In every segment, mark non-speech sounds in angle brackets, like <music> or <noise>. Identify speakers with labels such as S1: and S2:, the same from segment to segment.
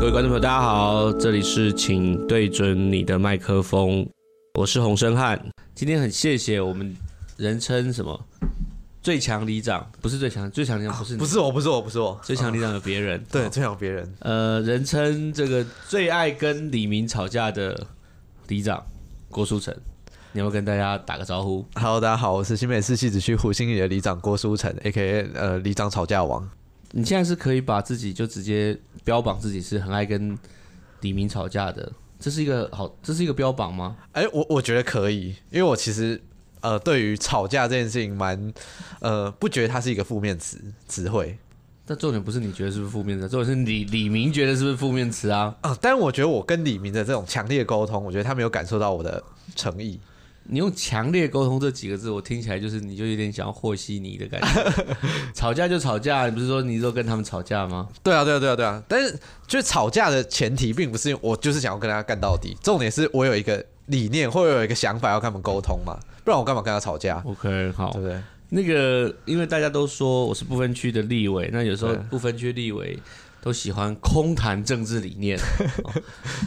S1: 位观众朋友，大家好，这里是请对准你的麦克风，我是洪生汉。今天很谢谢我们人称什么最强里长，不是最强，最强里长不是你
S2: 不是我，不是我，不是我，
S1: <laughs> 最强里长有别人，
S2: 对，推养别人，
S1: 呃，人称这个最爱跟李明吵架的里长郭书成，你要不要跟大家打个招呼？
S2: Hello，大家好，我是新北市戏子区湖心里的里长郭书成，A.K.A. 呃里长吵架王。
S1: 你现在是可以把自己就直接标榜自己是很爱跟李明吵架的，这是一个好，这是一个标榜吗？
S2: 哎、我我觉得可以，因为我其实呃对于吵架这件事情蛮呃不觉得它是一个负面词词汇
S1: 但重点不是你觉得是不是负面词，重点是李李明觉得是不是负面词啊？
S2: 啊、但我觉得我跟李明的这种强烈沟通，我觉得他没有感受到我的诚意。
S1: 你用“强烈沟通”这几个字，我听起来就是你就有点想要和稀泥的感觉。吵架就吵架，你不是说你都跟他们吵架吗？
S2: 对啊，对啊，对啊，对啊。但是就是吵架的前提，并不是我就是想要跟他干到底，重点是我有一个理念或者有一个想法要跟他们沟通嘛，不然我干嘛跟他吵架？
S1: OK，好
S2: 对，不对？
S1: 那个因为大家都说我是不分区的立委，那有时候
S2: 对
S1: 不分区立委都喜欢空谈政治理念，哦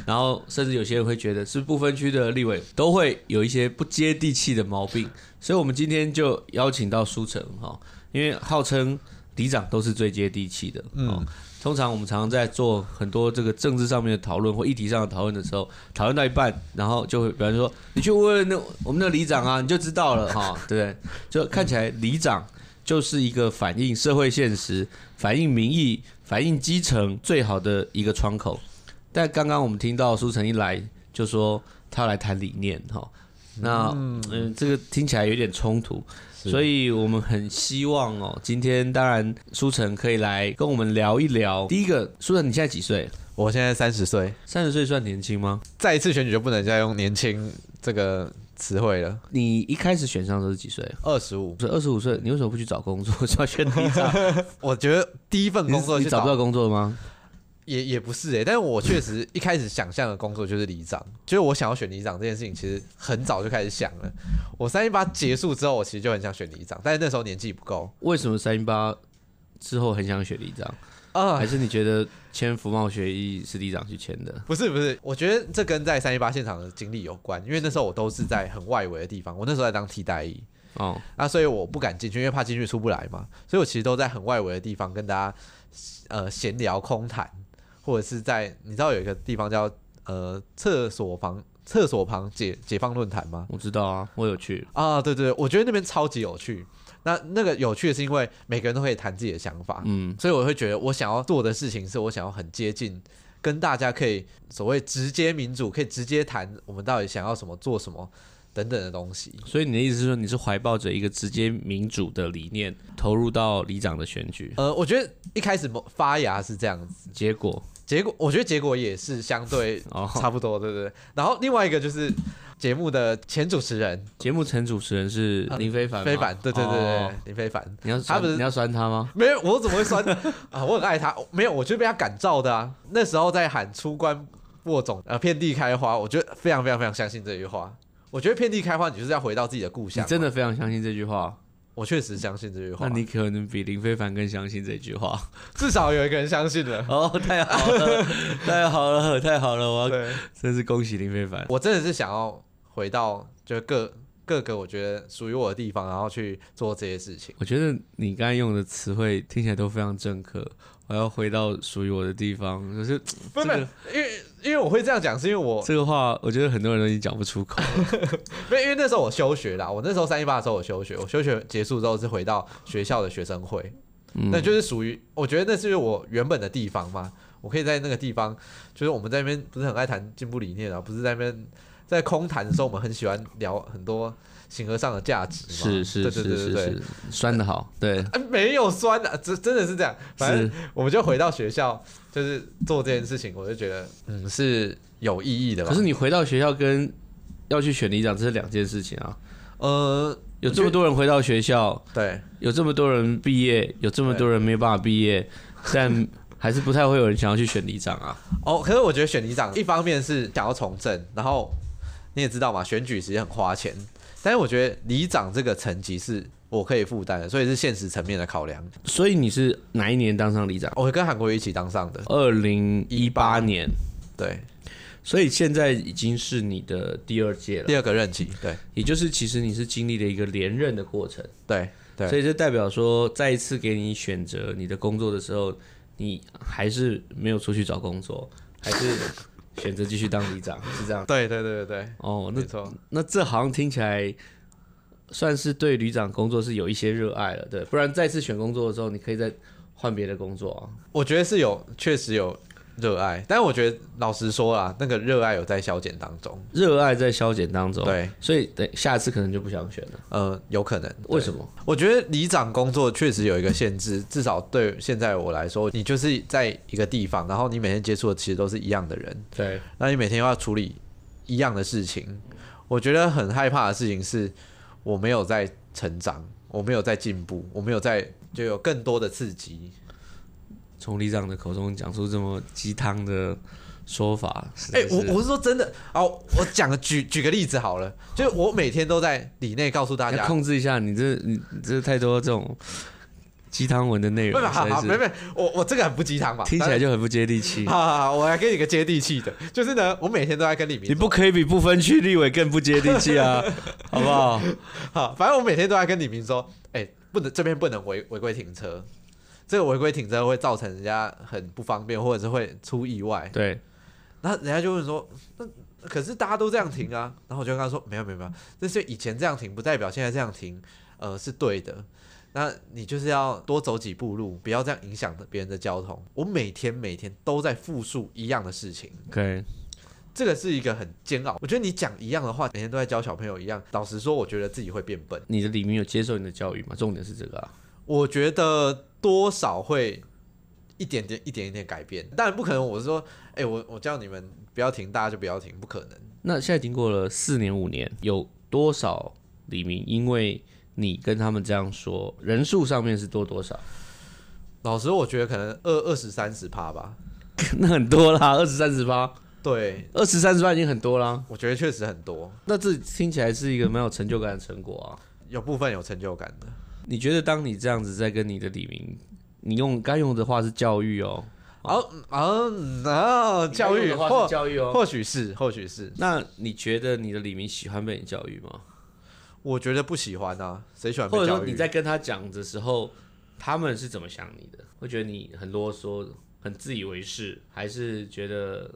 S1: 然后甚至有些人会觉得是不分区的立委都会有一些不接地气的毛病，所以我们今天就邀请到舒城哈、哦因为号称里长都是最接地气的，哦通常我们常常在做很多这个政治上面的讨论或议题上的讨论的时候，讨论到一半，然后就会，比方说，你去问问那我们的里长啊，你就知道了哈，对不对？就看起来里长就是一个反映社会现实、反映民意、反映基层最好的一个窗口。但刚刚我们听到苏成一来就说他要来谈理念哈，那嗯、这个听起来有点冲突，所以我们很希望哦，今天当然苏成可以来跟我们聊一聊。第一个，苏成你现在几岁？
S2: 我现在三十岁，
S1: 三十岁算年轻吗？
S2: 再一次选举就不能再用年轻这个词汇了。
S1: 你一开始选上的时候是几岁？
S2: 二十五，
S1: 不是二十五岁，你为什么不去找工作？ <laughs> 就要选里长？
S2: 我觉得第一份
S1: 你
S2: 工作
S1: 你
S2: 去
S1: 找不到工作吗？
S2: 也也不是哎、但是我确实一开始想象的工作就是
S1: <laughs>
S2: 里长，就是我想要选里长这件事情，其实很早就开始想了。我三一八结束之后，我其实就很想选里长，但是那时候年纪不够
S1: 为什么三一八之后很想选里长？
S2: 啊、
S1: 还是你觉得签服贸协议是里长去签的？
S2: 不是不是，我觉得这跟在三一八现场的经历有关，因为那时候我都是在很外围的地方，我那时候在当替代役，
S1: 哦，
S2: 啊，所以我不敢进去，因为怕进去出不来嘛。所以我其实都在很外围的地方跟大家呃闲聊空谈，或者是在你知道有一个地方叫呃厕所旁厕所旁解解放论坛吗？
S1: 我知道啊，我有去。
S2: 啊，对对，对我觉得那边超级有趣。那那个有趣是因为每个人都可以谈自己的想法，
S1: 嗯，
S2: 所以我会觉得我想要做的事情是我想要很接近，跟大家可以所谓直接民主，可以直接谈我们到底想要什么、做什么等等的东西。
S1: 所以你的意思是说，你是怀抱着一个直接民主的理念投入到里长的选举，
S2: 呃，我觉得一开始萌发芽是这样子，
S1: 结果
S2: 结果我觉得结果也是相对
S1: 哦，
S2: 差不多，对不对？然后另外一个就是节目的前主持人
S1: 节目成主持人是
S2: 呃
S1: 林非凡吗，
S2: 非凡，对对对对，
S1: 哦
S2: 林非凡。
S1: 你要
S2: 他不
S1: 酸
S2: 是
S1: 你要酸他吗？
S2: 没有，我怎么会酸 <laughs> 啊？我很爱他，没有，我就被他感召的啊。那时候在喊“出关播种，呃，遍地开花”，我觉得非常非常非常相信这句话。我觉得遍地开花，你就是要回到自己的故
S1: 你
S2: 乡。
S1: 真
S2: 的，
S1: 的非常相信这句话，
S2: 我确实相信这句话
S1: 那。你可能比林非凡更相信这句话。
S2: 至少有一个人相信了。
S1: 哦，太好了，太好了，太好了！我要
S2: 对，
S1: 真是恭喜林非凡。
S2: 我真的是想要回到就是各各个我觉得属于我的地方，然后去做这些事情。
S1: 我觉得你刚才用的词汇听起来都非常正客。我要回到属于我的地方，可是
S2: 不
S1: 这
S2: 是，
S1: 个
S2: 因为因为我会这样讲，是因为我
S1: 这个话，我觉得很多人都已经讲不出
S2: <laughs>
S1: 口。
S2: 没有因为那时候我休学啦，我那时候三一八的时候我休学，我休学结束之后是回到学校的学生会，
S1: 嗯
S2: 那就是属于我觉得那是我原本的地方嘛，我可以在那个地方，就是我们在那边不是很爱谈进步理念啊，不是在那边在空谈的时候，我们很喜欢聊很多形而上的价值嘛，
S1: 是是
S2: 对
S1: 是
S2: 对对
S1: 是
S2: 对对
S1: 是，酸的好，对，
S2: 啊，没有酸的、啊，真真的是这样。反正
S1: 是
S2: <laughs> 我们就回到学校，就是做这件事情，我就觉得，嗯，是有意义的吧。
S1: 可是，你回到学校跟要去选里长，这是两件事情啊。
S2: 呃，
S1: 有这么多人回到学校，
S2: 对，
S1: 有这么多人毕业，有这么多人没办法毕业，但还是不太会有人想要去选里长啊。
S2: 哦，可是我觉得选里长，一方面是想要从政，然后你也知道嘛，选举其实很花钱，但是我觉得里长这个层级是我可以负担的，所以是现实层面的考量。
S1: 所以你是哪一年当上里长？
S2: 我跟韩国瑜一起当上的，
S1: 二零一八年，
S2: 对，
S1: 所以现在已经是你的第二届了，
S2: 第二个任期，对
S1: 也就是其实你是经历了一个连任的过程，
S2: 对对
S1: 所以这代表说，再一次给你选择你的工作的时候，你还是没有出去找工作，还是选择继续当里长，是这样。
S2: 对对对对对，
S1: 哦，那
S2: 没错。
S1: 那这好像听起来算是对旅长工作是有一些热爱了，对，不然再次选工作的时候，你可以再换别的工作啊。
S2: 我觉得是有，确实有热爱，但我觉得老实说啦，那个热爱有在消减当中。
S1: 热爱在消减当中，，
S2: 对，
S1: 所以等下次可能就不想选了。
S2: 呃，有可能。
S1: 为
S2: 么？
S1: 什么？
S2: 我觉得里长工作确实有一个限制，至少对现在我来说，你就是在一个地方，然后你每天接触的其实都是一样的人，
S1: 对，
S2: 那你每天又要处理一样的事情。我觉得很害怕的事情是，我没有在成长，我没有在进步，我没有在就有更多的刺激。
S1: 从里长的口中讲出这么鸡汤的说法，
S2: 哎、
S1: 实在是
S2: 我我是说真的啊，我讲个举举个例子好了，就是我每天都在里内告诉大
S1: 要
S2: 家，
S1: 控制一下你这你你这太多这种鸡汤文的内
S2: 没
S1: 容，
S2: 有，好
S1: 实在
S2: 好，
S1: 是
S2: 没没，我我这个很不鸡汤嘛，
S1: 听起来就很不接地气。
S2: 好好好，我来给你个接地气的，就是呢，我每天都在跟李明
S1: 你
S2: 说，
S1: 不可以比不分区立委更不接地气
S2: <laughs>
S1: 啊，好不好？
S2: 好，反正我每天都在跟李明说，哎、不能这边不能违违规停车，这个违规停车会造成人家很不方便，或者是会出意外。
S1: 对，
S2: 然后人家就问说，那可是大家都这样停啊，然后我就跟他说，没有没有没有，那是以前这样停，不代表现在这样停，呃，是对的。那你就是要多走几步路，不要这样影响别人的交通。我每天每天都在复述一样的事情。
S1: 可以。
S2: 这个是一个很煎熬。我觉得你讲一样的话，每天都在教小朋友一样。老实说，我觉得自己会变笨。
S1: 你的里面有接受你的教育吗？重点是这个啊。
S2: 我觉得多少会一点点、一点一点改变，当然不可能。我是说，哎、我我叫你们不要停，大家就不要停，不可能。
S1: 那现在已经过了四年五年，有多少李明因为你跟他们这样说，人数上面是多多
S2: <laughs>
S1: 少？
S2: 老实说，我觉得可能二二十三十趴吧。
S1: 那很多啦，二十三十八，
S2: 对，
S1: 二十三十八已经很多啦。
S2: 我觉得确实很多，
S1: 那这听起来是一个蛮有成就感的成果啊。
S2: 有部分有成就感的。
S1: 你觉得当你这样子在跟你的李明，你用该用的话是教育哦，
S2: 啊啊那教
S1: 你该
S2: 育
S1: 用的话
S2: 或
S1: 是教育哦。
S2: 或许是，或许是，
S1: 那你觉得你的李明喜欢被你教育吗？
S2: 我觉得不喜欢啊，谁喜欢被
S1: 或者
S2: 教育？
S1: 说你在跟他讲的时候，他们是怎么想你的？会觉得你很啰嗦、很自以为是，还是觉得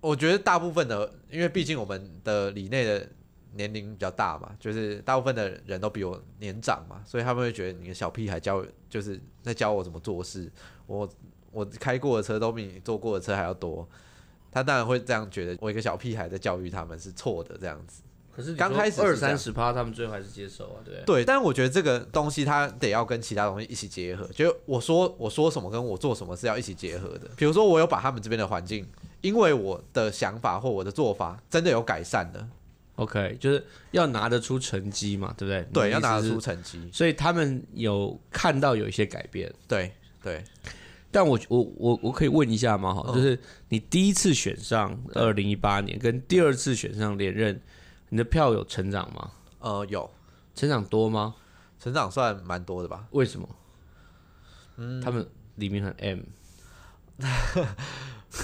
S2: 我觉得大部分的，因为毕竟我们的里内的年龄比较大嘛，就是大部分的人都比我年长嘛，所以他们会觉得你个小屁孩教，就是在教我怎么做事。我我开过的车都比你坐过的车还要多，他当然会这样觉得，我一个小屁孩在教育他们是错的这样子。
S1: 可是
S2: 刚开始是
S1: 二
S2: 这样
S1: 三十趴，他们最后还是接受啊，对不对？
S2: 对，但我觉得这个东西它得要跟其他东西一起结合，就是我说我说什么跟我做什么是要一起结合的。比如说我有把他们这边的环境，因为我的想法或我的做法真的有改善了。
S1: OK，就是要拿得出成绩嘛，对不对？
S2: 对，
S1: 你的
S2: 要
S1: 意思
S2: 拿得
S1: 是
S2: 出。成绩。
S1: 所以他们有看到有一些改变，
S2: 对对，
S1: 但我我我我可以问一下吗？哈，
S2: 嗯
S1: 就是你第一次选上二零一八年，跟第二次选上连任，你的票有成长吗？
S2: 呃，有
S1: 成长多吗？
S2: 成长算蛮多的吧。 <laughs>
S1: 为什么？他们里面很 M，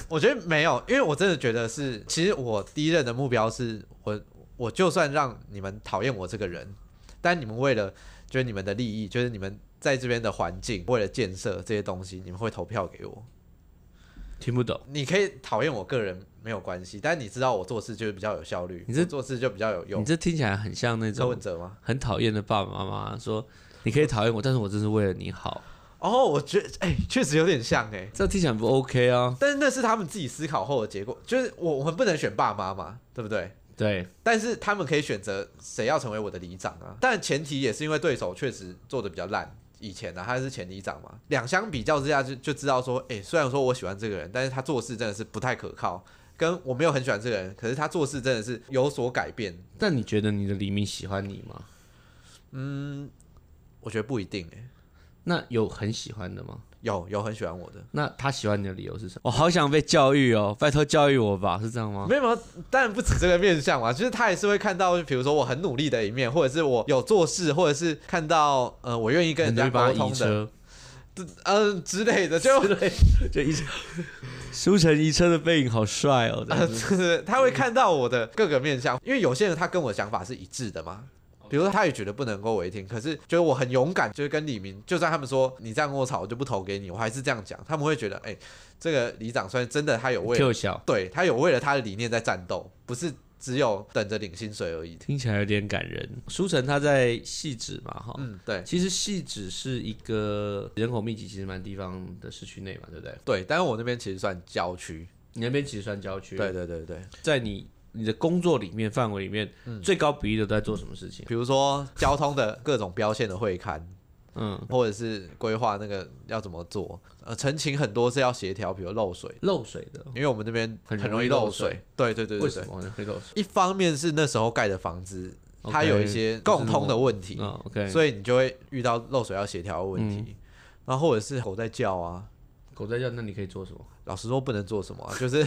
S2: 我觉得没有，因为我真的觉得是，其实我第一任的目标是我，我就算让你们讨厌我这个人，但你们为了就是你们的利益，就是你们在这边的环境，为了建设这些东西，你们会投票给我。
S1: 听不懂。
S2: 你可以讨厌我个人没有关系，但你知道我做事就是比较有效率，
S1: 你这
S2: 我做事就比较有
S1: 你
S2: 用。
S1: 这听起来很像那
S2: 柯文
S1: 种
S2: 哲吗？
S1: 很讨厌的爸爸妈妈说：“你可以讨厌我，但是我真是为了你好。
S2: 哦，我觉得哎、确实有点像哎、”
S1: 这听起来不 OK 啊？
S2: 但是那是他们自己思考后的结果，就是我我们不能选爸妈嘛，对不对？
S1: 对，
S2: 但是他们可以选择谁要成为我的里长啊。但前提也是因为对手确实做的比较烂，以前呢、啊、他是前里长嘛，两相比较之下就就知道说，诶，虽然说我喜欢这个人，但是他做事真的是不太可靠。跟我没有很喜欢这个人，可是他做事真的是有所改变，
S1: 但你觉得你的黎明喜欢你吗？
S2: 我觉得不一定诶、
S1: 那有很喜欢的吗？
S2: 有有很喜欢我的，
S1: 那他喜欢你的理由是什么？我哦好想被教育哦，拜托教育我吧，是这样吗？
S2: 没有，当然不止这个面相嘛，就是他也是会看到，比如说我很努力的一面，或者是我有做事，或者是看到呃我愿意跟人
S1: 很多
S2: 家
S1: 人帮
S2: 沟
S1: 他移
S2: 通的，
S1: <laughs> 车，
S2: 嗯、之类
S1: <laughs>
S2: 的，就
S1: 就 <laughs> 移车。舒城移车的背影好帅哦，这样
S2: 呃，
S1: 子
S2: 就是他会看到我的各个面相，因为有些人他跟我想法是一致的嘛。比如说，他也觉得不能够违停，可是觉得我很勇敢，就是跟李明，就算他们说你这样跟我吵，我就不投给你，我还是这样讲，他们会觉得，哎、这个里长虽然真的他有为，
S1: Q 小，
S2: 对他有为了他的理念在战斗，不是只有等着领薪水而已。
S1: 听起来有点感人。舒城他在戏子嘛，哈，
S2: 嗯，对
S1: 其实戏子是一个人口密集其实蛮地方的市区内嘛，对不对？
S2: 对，但是我那边其实算郊区，
S1: 你那边其实算郊区，
S2: 对，对对对，
S1: 在你你的工作里面范围里面，最高比例的都在做什么事情？
S2: 比如说交通的各种标线的会刊，
S1: 嗯，
S2: 或者是规划那个要怎么做，呃，陈情很多是要协调，比如漏水。
S1: 漏水的，
S2: 因为我们那边
S1: 嗯很容易
S2: 容易
S1: 漏
S2: 漏
S1: 水
S2: 水。对对对
S1: 为
S2: 对
S1: 什
S2: 对。
S1: 么会漏水？
S2: 一方面是那时候盖的房子
S1: OK，
S2: 它有一些共通的
S1: <laughs>
S2: 问题，
S1: 嗯，OK，
S2: 所以你就会遇到漏水要协调的问题，然后或者是狗在叫啊。
S1: 狗在叫，那你可以做什么
S2: 老实说，不能做什
S1: <laughs>
S2: 么、啊，就是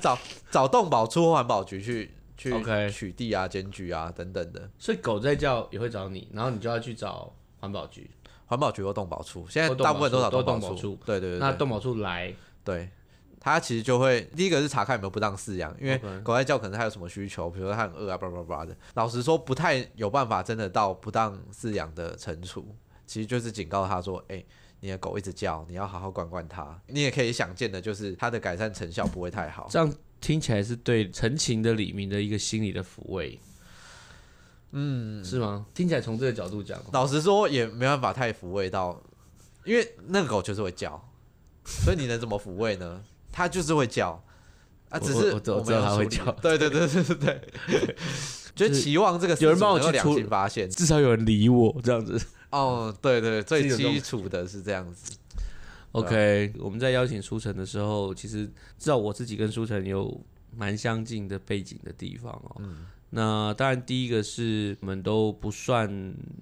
S2: 找找动保处或环保局去去
S1: OK
S2: 取缔啊、检举啊等等的。
S1: 所以狗在叫也会找你，然后你就要去找环保局。
S2: 环保局或动保处，现在
S1: 或动保
S2: 大部分
S1: 处
S2: 找
S1: 都
S2: 动
S1: 动保
S2: 处
S1: 处。
S2: 对对对
S1: 那
S2: 对
S1: 动保处来，
S2: 对，他其实就会第一个是查看有没有不当饲养，因为
S1: OK
S2: 狗在叫可能它有什么需求，比如说它很饿啊，叭叭叭的。老实说，不太有办法真的到不当饲养的惩处，其实就是警告他说，哎、你的狗一直叫，你要好好管管它。你也可以想见的，就是它的改善成效不会太好。
S1: 这样听起来是对陈情的李明的一个心理的抚慰。嗯，是吗？听起来从这个角度讲，
S2: 老实说，也没办法太抚慰到，因为那个狗就是会叫，所以你能怎么抚慰呢？它就是会叫啊，
S1: 我
S2: 只是
S1: 我我知道
S2: 没有
S1: 它会
S2: 处理
S1: 叫
S2: 对对对对对对，
S1: <laughs>
S2: 就
S1: 就是
S2: 是期望这个
S1: 有人帮我
S2: 事主能
S1: 去处
S2: 够良心发现。
S1: 至少有人理我这样子。
S2: 哦，对对，最
S1: 是有这种
S2: 基础的是这样子。
S1: OK，我们在邀请舒晨的时候，其实至少我自己跟舒晨有蛮相近的背景的地方哦。
S2: 嗯
S1: 那当然，第一个是我们都不算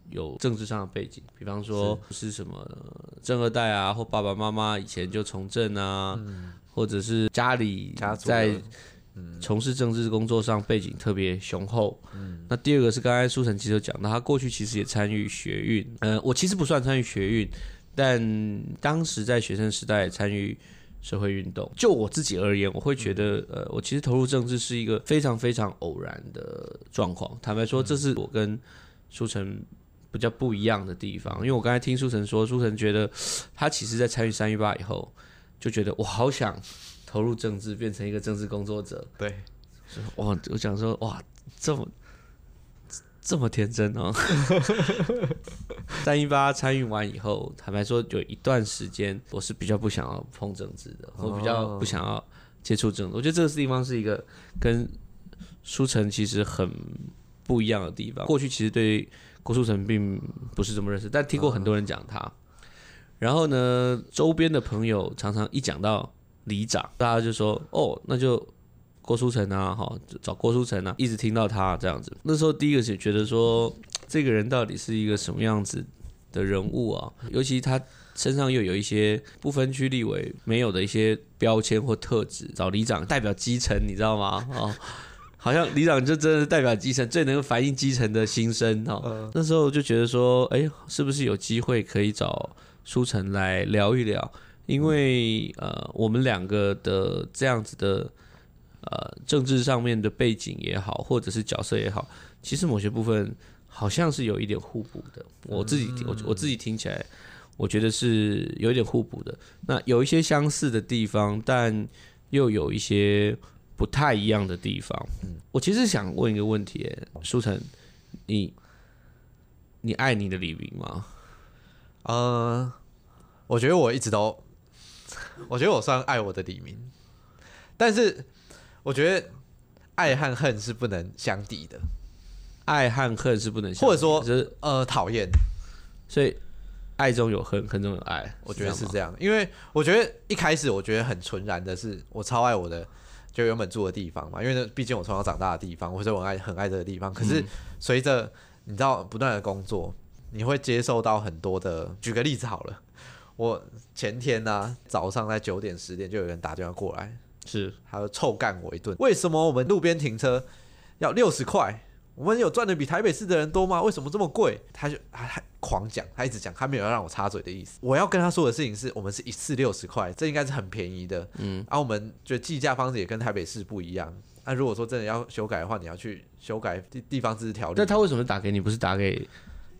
S1: 有政治上的背景，比方说不是什么呃正二代啊，或爸爸妈妈以前就从政啊，或者是家里
S2: 嗯家族
S1: 在
S2: 的嗯
S1: 从事政治工作上背景特别雄厚。
S2: 嗯
S1: 那第二个是刚才苏晨其实有讲到，他过去其实也参与学运，呃，我其实不算参与学运，但当时在学生时代也参与。社会运动，就我自己而言，我会觉得，呃，我其实投入政治是一个非常非常偶然的状况。坦白说，这是我跟舒晨比较不一样的地方，因为我刚才听舒晨说，舒晨觉得他其实在参与三一八以后，就觉得我好想投入政治，变成一个政治工作者。
S2: 对，
S1: 哇，我想说，哇，这么这么天真哦。三一八参与完以后，坦白说，有一段时间我是比较不想要碰政治的，我比较不想要接触政治。我觉得这个地方是一个跟舒城其实很不一样的地方。过去其实对郭书城并不是这么认识，但听过很多人讲他。然后呢，周边的朋友常常一讲到里长，大家就说：“哦，那就郭书成啊，哈，找郭书成啊，一直听到他这样子。那时候第一个是觉得说，这个人到底是一个什么样子的人物啊？尤其他身上又有一些不分区立委没有的一些标签或特质，找里长代表基层，你知道吗？哦。好像里长就真的是代表基层，最能反映基层的心声哦。那时候就觉得说，哎、是不是有机会可以找舒晨来聊一聊？因为呃，我们两个的这样子的呃政治上面的背景也好，或者是角色也好，其实某些部分好像是有一点互补的。我自己
S2: 嗯
S1: 听我我自己听起来，我觉得是有一点互补的。那有一些相似的地方，但又有一些不太一样的地方。
S2: 嗯
S1: 我其实想问一个问题、欸，舒晨，你你爱你的李明吗？
S2: 嗯，我觉得我一直都，我觉得我算爱我的李明，但是我觉得爱和恨是不能相抵的，
S1: 爱和恨是不能相抵的，
S2: 或者说
S1: 就是
S2: 呃，讨厌。
S1: 所以爱中有恨，恨中有爱，
S2: 我觉得是
S1: 这样吗
S2: 这样，因为我觉得一开始我觉得很纯然的是，我超爱我的就原本住的地方嘛，因为那毕竟我从小长大的地方，或者我爱很爱这个地方。可是随着你知道不断的工作，你会接受到很多的，举个例子好了，我前天呢、早上在九点十点就有人打电话过来，
S1: 是
S2: 他就臭干我一顿。为什么我们路边停车要六十块？我们有赚的比台北市的人多吗？为什么这么贵？他就他他狂讲，他一直讲，他没有要让我插嘴的意思。我要跟他说的事情是我们是一次六十块，这应该是很便宜的。嗯，啊，我们觉得计价方式也跟台北市不一样。那、如果说真的要修改的话，你要去修改地地方自治条例。
S1: 但他为什么打给你？不是打给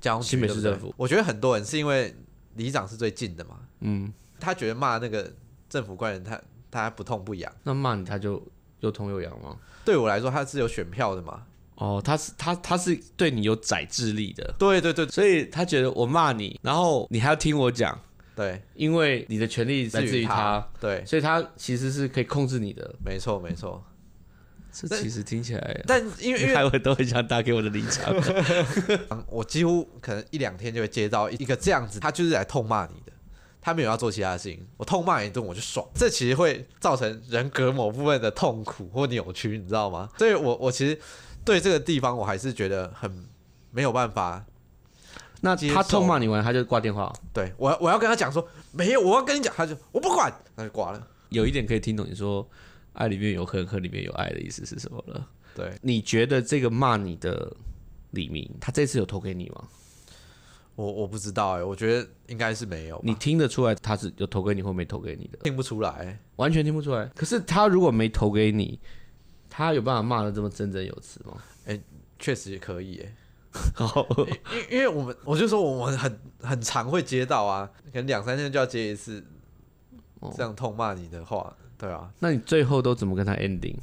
S2: 交通局
S1: 新北市
S2: 对不对
S1: 政府
S2: 我觉得很多人是因为里长是最近的嘛，
S1: 嗯？
S2: 他觉得骂那个政府官员他他不痛不痒。
S1: 那骂你他就又痛又痒吗？
S2: 对我来说，他是有选票的嘛。
S1: 哦，他是他他是对你有宰制力的，
S2: 对对对
S1: 所以他觉得我骂你，然后你还要听我讲，
S2: 对，
S1: 因为你的权利来自于他，
S2: 对，
S1: 所以他其实是可以控制你的。
S2: 没错没错。
S1: 这
S2: 但
S1: 其实听起来，
S2: 但因为因为
S1: 我都很想打给我的理 <laughs> 查。
S2: 我几乎可能一两天就会接到一个这样子，他就是来痛骂你的。他没有要做其他的事情，我痛骂你一顿我就爽，这其实会造成人格某部分的痛苦或扭曲，你知道吗？所以我我其实对这个地方我还是觉得很没有办法
S1: 那
S2: 接受
S1: 他痛骂你完，他就挂电话。
S2: 对我我要跟他讲说没有，我要跟你讲，他就我不管，那就挂了。
S1: 有一点可以听懂你说“爱里面有恨，恨里面有爱”的意思是什么了？
S2: 对
S1: 你觉得这个骂你的李明，他这次有投给你吗？
S2: 我我不知道哎、我觉得应该是没有吧，
S1: 你听得出来他是有投给你或没投给你的？
S2: 听不出来、
S1: 完全听不出来。可是他如果没投给你，他有办法骂的这么振振有词吗？
S2: 确实也可以哎、
S1: 好，
S2: 因因为我们我就说我们很很常会接到啊，可能两三天就要接一次
S1: 哦
S2: 这样痛骂你的话，对啊，
S1: 那你最后都怎么跟他 ending？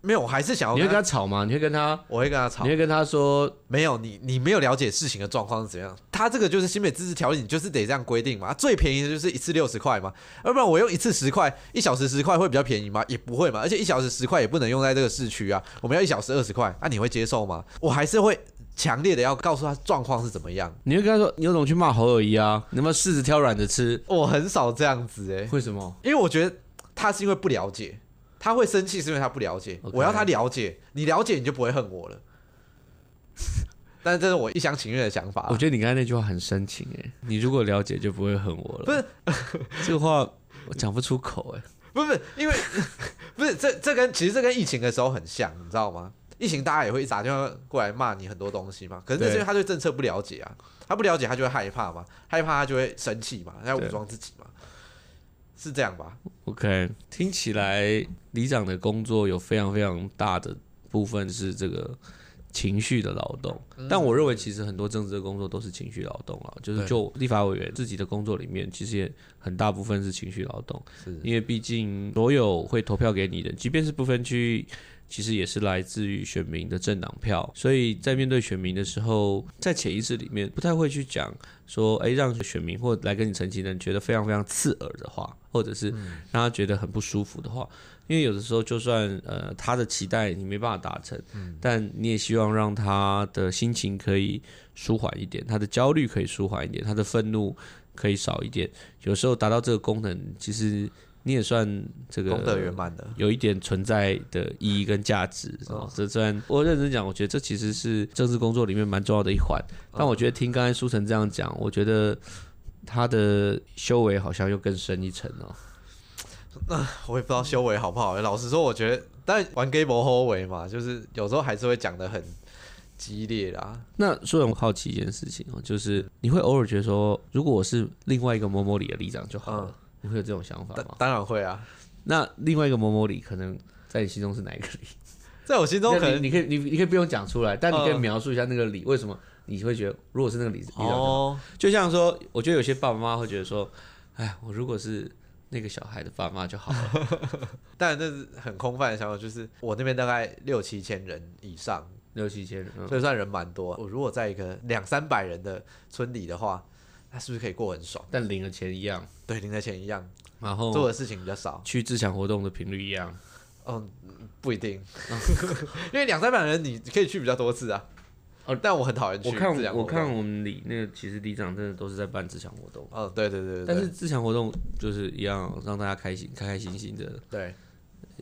S2: 没有，我还是想要
S1: 你会
S2: 跟
S1: 跟
S2: 他，
S1: 他吵吗？你会跟他，
S2: 我会跟他吵
S1: 你，会跟他说，
S2: 没有你你没有了解事情的状况是怎样，他这个就是新北自治条例，你就是得这样规定嘛，啊最便宜的就是一次六十块嘛，要不然我用一次十块，一小时十块会比较便宜吗？也不会嘛，而且一小时十块也不能用在这个市区啊，我们要一小时二十块，啊那、你会接受吗？我还是会强烈的要告诉他状况是怎么样，
S1: 你会跟他说，你有种去骂侯友谊啊？你有没有柿子挑软的吃？
S2: 我很少这样子欸诶、
S1: 为什么？
S2: 因为我觉得他是因为不了解，他会生气是因为他不了解
S1: OK
S2: 我要他了解，你了解你就不会恨我了， <laughs> 但是这是我一厢情愿的想法啊、
S1: 我觉得你刚才那句话很深情哎、你如果了解就不会恨我了。
S2: 不是
S1: <laughs> 这个话我讲不出口哎、
S2: 不是不是，因为 <laughs> 不是这这跟其实这跟疫情的时候很像，你知道吗？疫情大家也会一打电话过来骂你很多东西嘛，可是那
S1: 对
S2: 是因为他对政策不了解啊，他不了解他就会害怕嘛，害怕他就会生气嘛，他要武
S1: 对
S2: 装自己嘛，是这样吧？
S1: OK，听起来里长的工作有非常非常大的部分是这个情绪的劳动，但我认为其实很多政治的工作都是情绪劳动了，就是
S2: 嗯对
S1: 就立法委员自己的工作里面，其实也很大部分是情绪劳动，
S2: 是
S1: 因为毕竟所有会投票给你的，即便是不分区。其实也是来自于选民的政党票，所以在面对选民的时候，在潜意识里面不太会去讲说，哎，让选民或来跟你澄清的人觉得非常非常刺耳的话，或者是
S2: 嗯
S1: 让他觉得很不舒服的话，因为有的时候就算呃他的期待你没办法达成，
S2: 嗯
S1: 但你也希望让他的心情可以舒缓一点，他的焦虑可以舒缓一点，他的愤怒可以少一点。有时候达到这个功能，其实你也算这个
S2: 功德圆满的，
S1: 有一点存在的意义跟价值。哦，这虽然我认真讲，我觉得这其实是政治工作里面蛮重要的一环。
S2: 哦
S1: 但我觉得听刚才苏晨这样讲，我觉得他的修为好像又更深一层哦。
S2: 我也不知道修为好不好。老实说，我觉得，但玩 game 后为嘛，就是有时候还是会讲的很激烈啦。
S1: 那苏晨，我好奇一件事情哦，就是你会偶尔觉得说，如果我是另外一个某某里的里长就好
S2: 嗯
S1: 了，你会有这种想法
S2: 当
S1: 吗？
S2: 当然会啊，
S1: 那另外一个某某里可能。在你心中是哪一个里？
S2: 在我心中可
S1: 那
S2: 能
S1: 你你可以你你可以不用讲出来，但你可以
S2: 嗯
S1: 描述一下那个里为什么你会觉得，如果是那个里里长就好了就像说，我觉得有些爸爸妈妈会觉得说，哎，我如果是那个小孩的爸妈就好 <laughs> 了。
S2: 但这是很空泛的想法，就是我那边大概六七千人以上，
S1: 六七千人，嗯
S2: 所以算人蛮多。我如果在一个两三百人的村里的话，那是不是可以过很爽？
S1: 但领的钱一样，
S2: 对，零的钱一样，
S1: 然
S2: 做
S1: 后
S2: 的事情比较少。
S1: 去自强活动的频率一样。
S2: 嗯，不一定， <laughs> 因为两三百人你可以去比较多次啊。
S1: 哦
S2: 但我很讨厌去
S1: 我看
S2: 这样
S1: 我
S2: 活动
S1: 看，我们里那个其实里长真的都是在办自强活动，
S2: 嗯，对对对对，
S1: 但是自强活动就是一样让大家开心开开心心的，
S2: 对，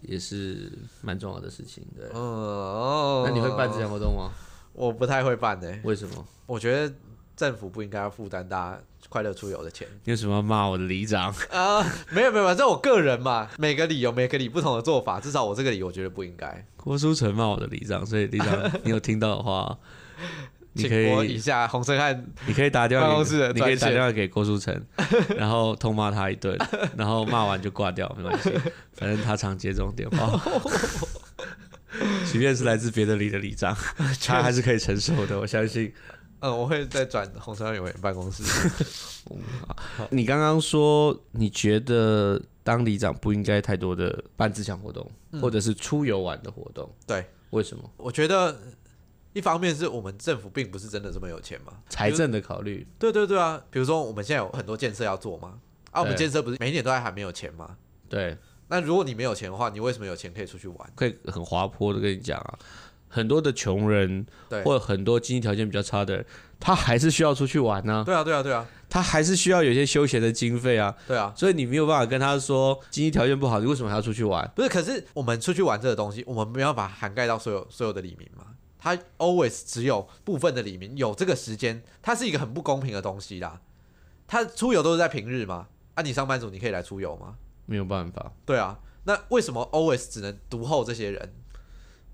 S1: 也是蛮重要的事情。对，
S2: 嗯，哦
S1: 那你会办自？强活动吗？
S2: 我不太会办呢、
S1: 为什么？
S2: 我觉得政府不应该要负担大家快乐出游的钱 <laughs>
S1: 你有什么要骂我的里长？
S2: 啊、没有没有，没有这我个人嘛，每个理由每个理不同的做法，至少我这个理我觉得不应该，
S1: 郭书成骂我的里长，所以里长你有听到的 <laughs> 话，你
S2: 请
S1: 可
S2: 拨一
S1: 以
S2: 下洪胜汉
S1: 你可以打电话
S2: 办公
S1: 给
S2: 室的
S1: 你可以打
S2: 专线
S1: 电话给郭书
S2: <laughs>
S1: 成，然后痛骂他一顿，然后骂完就挂掉，没
S2: <laughs>
S1: 关系，反正他常接这种电话。即便是来自别的里的里
S2: <laughs>
S1: 长，他还是可以承受的，我相信。
S2: 嗯，我会再转红山委员办公
S1: <laughs>
S2: 室。
S1: 你刚刚说你觉得当里长不应该太多的办自强活动，或者是出游玩的活动，
S2: 嗯对，
S1: 为什么？
S2: 我觉得一方面是我们政府并不是真的这么有钱嘛，
S1: 财政的考虑，
S2: 对对对啊，比如说我们现在有很多建设要做嘛，啊，我们
S1: 对
S2: 建设不是每一年都还还没有钱吗？
S1: 对，
S2: 那如果你没有钱的话，你为什么有钱可以出去玩？
S1: 可以很滑坡的跟你讲啊，很多的穷人
S2: 对，
S1: 或者很多经济条件比较差的人，他还是需要出去玩呢、
S2: 对啊，对啊，对啊，
S1: 他还是需要有一些休闲的经费啊，
S2: 对啊，
S1: 所以你没有办法跟他说经济条件不好，你为什么还要出去玩？
S2: 不是，可是我们出去玩这个东西，我们没办法涵盖到所有所有的里民嘛。它 always 只有部分的里民有这个时间，它是一个很不公平的东西啦。它出游都是在平日嘛，啊，你上班族你可以来出游吗？
S1: 没有办法，
S2: 对啊，那为什么 always 只能独后这些人？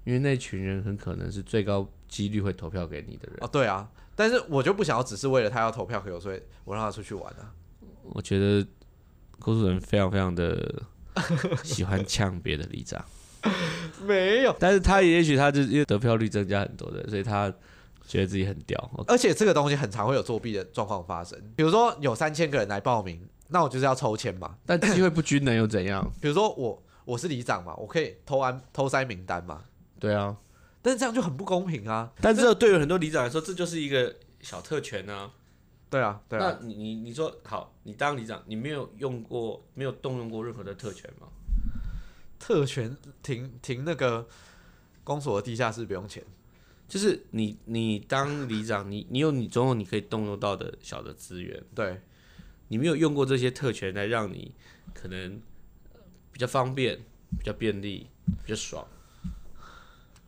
S1: 因为那群人很可能是最高几率会投票给你的人。
S2: 哦，对啊，但是我就不想要只是为了他要投票给我，所以我让他出去玩啊。
S1: 我觉得郭主人非常非常 <laughs> 的喜欢呛别的里长，
S2: 没有，
S1: 但是他也许他就是因为得票率增加很多的，所以他觉得自己很屌。
S2: 而且这个东西很常会有作弊的状况发生。比如说有三千个人来报名，那我就是要抽签嘛。
S1: 但机会不均能又怎样？
S2: 比如说我我是里长嘛，我可以偷安偷塞名单嘛，
S1: 对啊，
S2: 但是这样就很不公平啊。
S1: 但这对于很多里长来说，这就是一个小特权啊。
S2: 对啊，对啊，
S1: 那你你你说好，你当里长，你没有用过，没有动用过任何的特权吗？
S2: 特权停停那个公所的地下室不用钱。
S1: 就是你你当里长，你你有你总有你可以动用到的小的资源。
S2: 对
S1: 你没有用过这些特权来让你可能呃比较方便、比较便利、比较爽、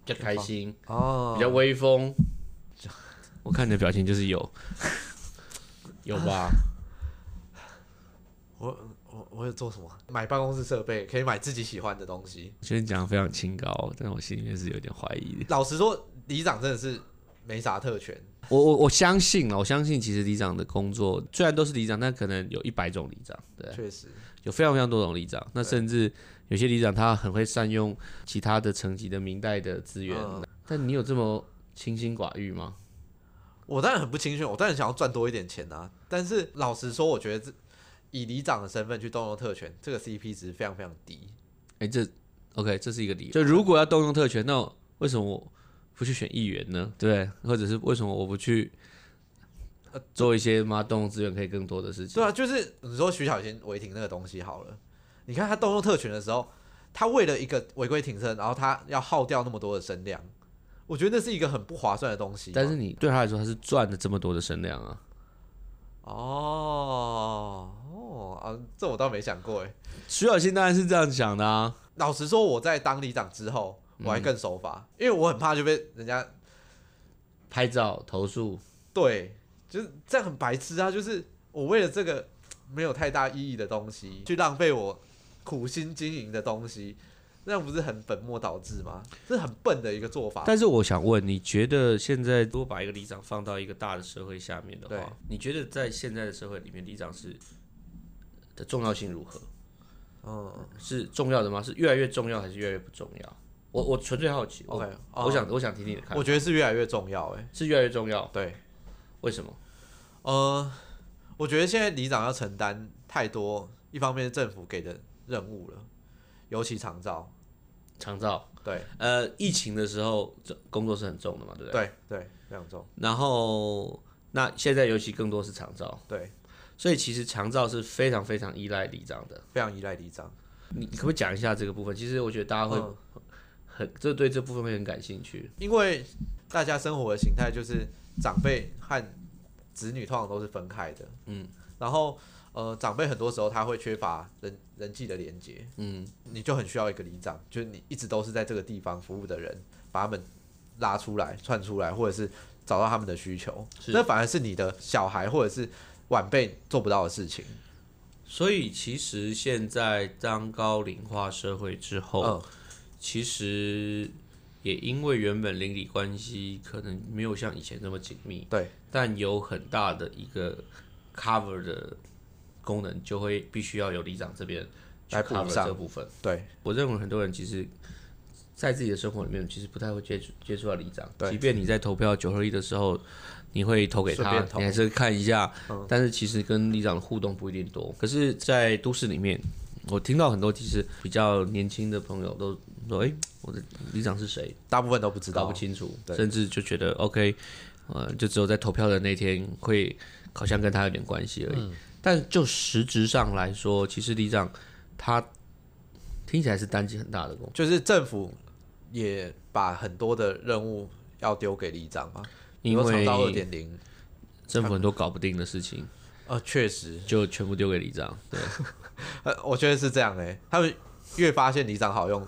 S1: 比较开心、
S2: 哦
S1: 比，较哦威风。我看你的表情就是 <laughs> 有，有吧？
S2: 我我有做什么？买办公室设备，可以买自己喜欢的东西。
S1: 我觉得你讲的非常清高，但我心里面是有点怀疑的。
S2: 老实说，里长真的是没啥特权。
S1: 我我我相信了，我相信其实里长的工作虽然都是里长，但可能有一百种里长，对，
S2: 确实，
S1: 有非常非常多种里长。那甚至有些里长他很会善用其他的层级的明代的资源，
S2: 嗯
S1: 但你有这么清心寡欲吗？
S2: 我当然很不清炫，我当然想要赚多一点钱啊。但是老实说，我觉得这以里长的身份去动用特权，这个 CP 值非常非常低。
S1: 哎、这 OK，这是一个理由。就如果要动用特权，那为什么我不去选议员呢？对，或者是为什么我不去做一些妈动用资源可以更多的事情？
S2: 对啊，就是你说徐小仙违停那个东西好了，你看他动用特权的时候，他为了一个违规停车，然后他要耗掉那么多的声量，我觉得那是一个很不划算的东西嘛。
S1: 但是你对他来说，他是赚了这么多的声量啊。
S2: 哦哦啊，这我倒没想过哎。
S1: 徐小新当然是这样想的啊。
S2: 老实说，我在当里长之后，我
S1: 嗯
S2: 还更守法，因为我很怕就被人家
S1: 拍照投诉，
S2: 对，就是这样很白痴啊！就是我为了这个没有太大意义的东西，去浪费我苦心经营的东西，那样不是很本末倒置吗？这是很笨的一个做法。
S1: 但是我想问，你觉得现在如果把一个里长放到一个大的社会下面的
S2: 对
S1: 话，你觉得在现在的社会里面，里长是的重要性如何？
S2: 嗯
S1: 是重要的吗？是越来越重要还是越来越不重要？我我纯粹好奇我
S2: ，OK，
S1: 我
S2: 嗯
S1: 想，我想听你的看
S2: 我
S1: 法，
S2: 觉得是越来越重要、欸。
S1: 是越来越重要，
S2: 对，
S1: 为什么？
S2: 呃，我觉得现在里长要承担太多，一方面是政府给的任务了，尤其长照。
S1: 长照，
S2: 对
S1: 呃，疫情的时候这工作是很重的嘛，对不对？
S2: 对对，非常重。
S1: 然后，那现在尤其更多是长照，
S2: 对，
S1: 所以其实长照是非常非常依赖里长的。
S2: 非常依赖里长。
S1: 你你可不可以讲一下这个部分？其实我觉得大家会
S2: 嗯
S1: 很，这对这部分会很感兴趣。
S2: 因为大家生活的形态就是长辈和子女通常都是分开的，
S1: 嗯，
S2: 然后呃，长辈很多时候他会缺乏人人际的连接，
S1: 嗯，
S2: 你就很需要一个里长，就是你一直都是在这个地方服务的人，把他们拉出来、串出来，或者是找到他们的需求，
S1: 是
S2: 那反而是你的小孩或者是晚辈做不到的事情。
S1: 所以其实现在当高龄化社会之后，
S2: 嗯，
S1: 其实也因为原本邻里关系可能没有像以前那么紧密，
S2: 对，
S1: 但有很大的一个 cover 的功能，就会必须要有里长这边去
S2: 来补
S1: cover
S2: 上
S1: 这部分。
S2: 对，
S1: 我认为很多人其实，在自己的生活里面，其实不太会接触接触到里长。
S2: 对
S1: 即便你在投票九合一的时候，你会投给
S2: 顺
S1: 他
S2: 便，投嗯
S1: 你还是看一下，但是其实跟里长的互动不一定多。可是，在都市里面，我听到很多其实比较年轻的朋友都说：“哎、我的里长是谁？
S2: 大部分都不知
S1: 搞
S2: 道，
S1: 不清楚。”
S2: 对
S1: 甚至就觉得 OK，呃，就只有在投票的那天会好像跟他有点关系而已。
S2: 嗯
S1: 但就实质上来说，其实里长他听起来是担起很大的功。
S2: 就是政府也把很多的任务要丢给里长嘛，
S1: 因
S2: 比如长到二
S1: 为
S2: 点零，
S1: 政府很多搞不定的事情，
S2: 呃，确实，
S1: 就全部丢给里长。对， <laughs>
S2: 呃，我觉得是这样诶、他们越发现里长好用，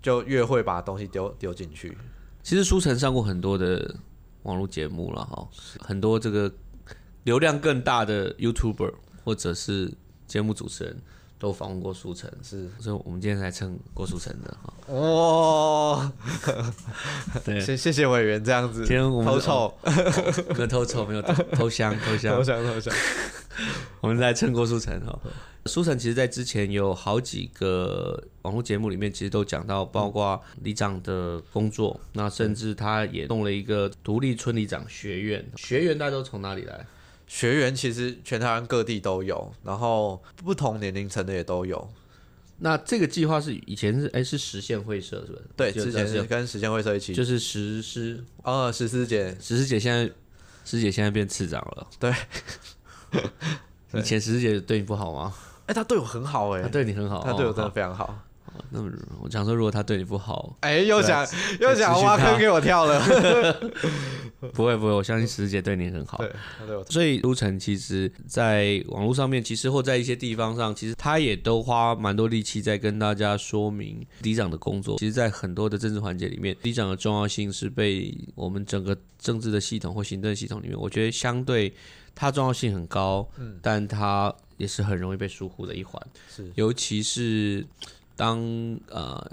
S2: 就越会把东西丢丢进去。
S1: 其实书城上过很多的网络节目了哈，很多这个流量更大的 YouTuber 或者是节目主持人都访问过书城，
S2: 是
S1: 所以我们今天才蹭郭书城的
S2: <laughs>
S1: 哈。
S2: 哦，
S1: 对，
S2: 谢谢谢委员这样子，
S1: 今天我们 <laughs>
S2: 偷臭，
S1: 没有偷臭，没有偷偷香，偷香
S2: 投。降投降，
S1: 我们来蹭郭书成哈。书成其实在之前有好几个网络节目里面，其实都讲到，包括里长的工作，那甚至他也弄了一个独立村里长学院。学员大家都从哪里来？
S2: 学员其实全台湾各地都有，然后不同年龄层的也都有。
S1: 那这个计划是以前是哎、是实现会社是不是？
S2: 对，
S1: 就
S2: 之前是跟时间会社一起，
S1: 就是实施，
S2: 呃，十四姐
S1: 实施姐现在实施姐现在变次长了。
S2: 对。
S1: <laughs> 以前实施姐对你不好吗？
S2: 哎、他对我很好哎、
S1: 她对你很好，
S2: 他对我真的
S1: 哦。
S2: 非常好。
S1: 好那么我想说，如果她对你不好，
S2: 哎、又想又想挖
S1: 啊持续他
S2: 坑给我跳
S1: <laughs>
S2: 了。
S1: 不会不会，我相信实施姐对你很好。
S2: 对，他对我
S1: 所以都城其实在网络上面，其实或在一些地方上，其实他也都花蛮多力气在跟大家说明里长的工作。其实，在很多的政治环节里面，里长的重要性是被我们整个政治的系统或行政系统里面，我觉得相对它重要性很高，嗯，但它也是很容易被疏忽的一环。
S2: 是
S1: 尤其是当呃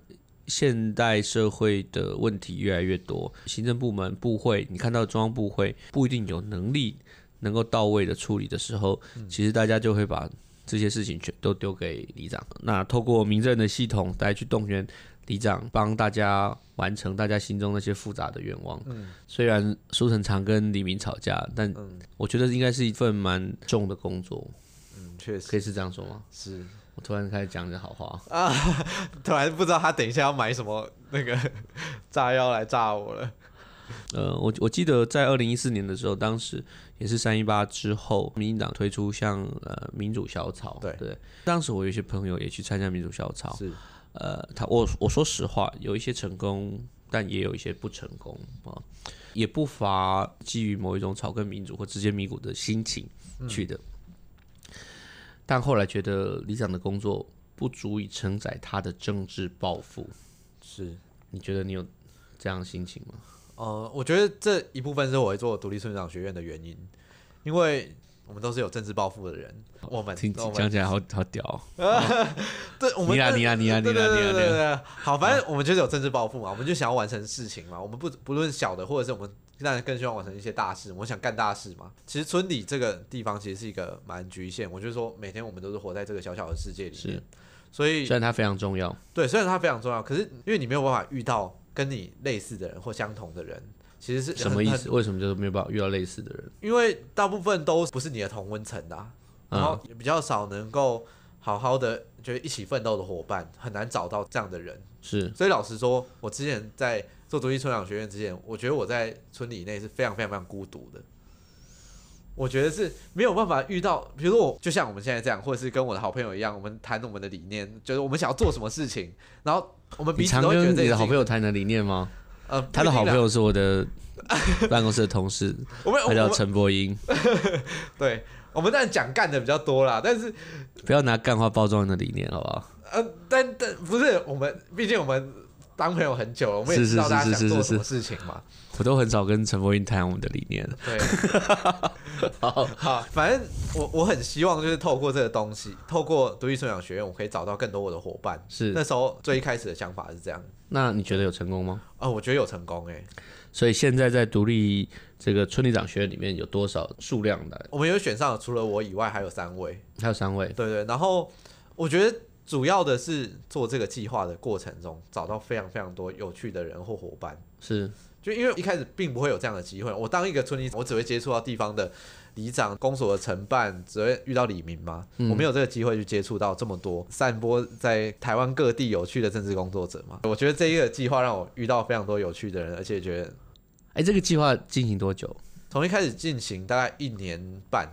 S1: 现代社会的问题越来越多，行政部门、部会，你看到中央部会不一定有能力能够到位的处理的时候，其实大家就会把这些事情全都丢给里长。那透过民政的系统来去动员里长，帮大家完成大家心中那些复杂的愿望。嗯，虽然苏成常跟李明吵架，但我觉得应该是一份蛮重的工作，
S2: 嗯，确实
S1: 可以是这样说吗？
S2: 是。
S1: 我突然开始讲这好话。
S2: 突然不知道他等一下要买什么那个 <laughs> 炸药来炸我了。
S1: 呃，我我记得在二零一四年的时候，当时也是三一八之后，民进党推出像呃民主小草，
S2: 对
S1: 当时我有一些朋友也去参加民主小草，
S2: 是
S1: 呃，他我我说实话，有一些成功，但也有一些不成功啊，也不乏基于某一种草根民主或直接民主的心情去的。但后来觉得理想的工作不足以承载他的政治抱负，
S2: 是，
S1: 你觉得你有这样的心情吗？
S2: 呃，我觉得这一部分是我会做独立村长学院的原因，因为我们都是有政治抱负的人，我们
S1: 听
S2: 我
S1: 讲
S2: 们
S1: 起来好好屌哦、
S2: 对，我们
S1: 你啦
S2: 对
S1: 你啦你啦
S2: 对
S1: 你啦
S2: 对
S1: 你啦你啦
S2: 对对对对好，反正我们就是有政治抱负嘛，我们就想要完成事情嘛，我们不不论小的或者是我们。当然更希望完成一些大事，我们想干大事嘛。其实村里这个地方其实是一个蛮局限，我就说每天我们都是活在这个小小的世界里面
S1: 是，
S2: 所以
S1: 虽然它非常重要，
S2: 对，虽然它非常重要，可是因为你没有办法遇到跟你类似的人或相同的人，其实是
S1: 什么
S2: 很
S1: 意？
S2: 很
S1: 思？为什么就是没有办法遇到类似的人？
S2: 因为大部分都不是你的同温层的啊、然后
S1: 嗯
S2: 也比较少能够好好的就是一起奋斗的伙伴，很难找到这样的人。
S1: 是
S2: 所以老实说，我之前在做独立村长学院之前，我觉得我在村里内是非常非常非常孤独的。我觉得是没有办法遇到，比如说我就像我们现在这样，或者是跟我的好朋友一样，我们谈我们的理念，就是我们想要做什么事情，然后我们
S1: 你
S2: 彼此
S1: 常
S2: 都会觉得
S1: 跟
S2: 这
S1: 你
S2: 件
S1: 的
S2: 事
S1: 好
S2: 情
S1: 朋友谈你的理念吗？
S2: 呃，不
S1: 他的
S2: 一定
S1: 好
S2: 啦
S1: 朋，友是我的办公室的同事，
S2: 我 <laughs> 们我
S1: 他叫
S2: 们
S1: 陈柏英。
S2: 对，我们当然讲干的比较多啦，但是
S1: 不要拿干话包装你的理念，好不好？
S2: 呃，但但不是我们，毕竟我们当朋友很久了，我们也
S1: 是是
S2: 知道大家
S1: 是是
S2: 想做
S1: 是是
S2: 什么事情嘛。
S1: 我都很少跟陈柏霖谈我们的理念。
S2: 对，好好，反正我我很希望就是透过这个东西，透过独立成长学院，我可以找到更多我的伙伴。
S1: <laughs> 是
S2: 那，时候最一开始的想法是这样
S1: 那你觉得有成功吗？
S2: 啊、我觉得有成功哎、
S1: 所以现在在独立这个村里长学院里面有多少数量的？
S2: 我们有选上，除了我以外还有三位，
S1: 还有三位。
S2: 对对。然后我觉得主要的是做这个计划的过程中，找到非常非常多有趣的人或伙伴。
S1: 是
S2: 就因为一开始并不会有这样的机会，我当一个村里，我只会接触到地方的里长、公所的承办，只会遇到李明嘛。
S1: 嗯
S2: 我没有这个机会去接触到这么多散播在台湾各地有趣的政治工作者嘛。我觉得这一个计划让我遇到非常多有趣的人，而且觉得
S1: 哎，这个计划进行多久？
S2: 从一开始进行大概一年半，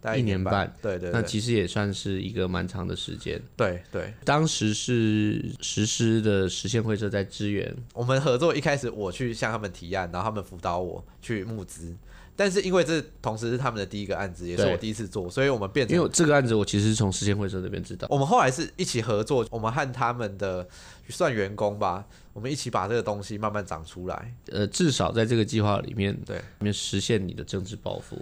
S2: 大概
S1: 一
S2: 年
S1: 年半，
S2: 对对
S1: 那
S2: 对
S1: 其实也算是一个蛮长的时间。
S2: 对对。
S1: 当时是实施的实现会社在支援，
S2: 我们合作一开始我去向他们提案，然后他们辅导我去募资，但是因为这同时是他们的第一个案子，也是
S1: 对
S2: 我第一次做，所以我们变成
S1: 因为这个案子我其实是从实现会社那边知道。
S2: 我们后来是一起合作，我们和他们的算员工吧，我们一起把这个东西慢慢长出来。
S1: 呃，至少在这个计划里面，
S2: 对
S1: 里面实现你的政治抱负。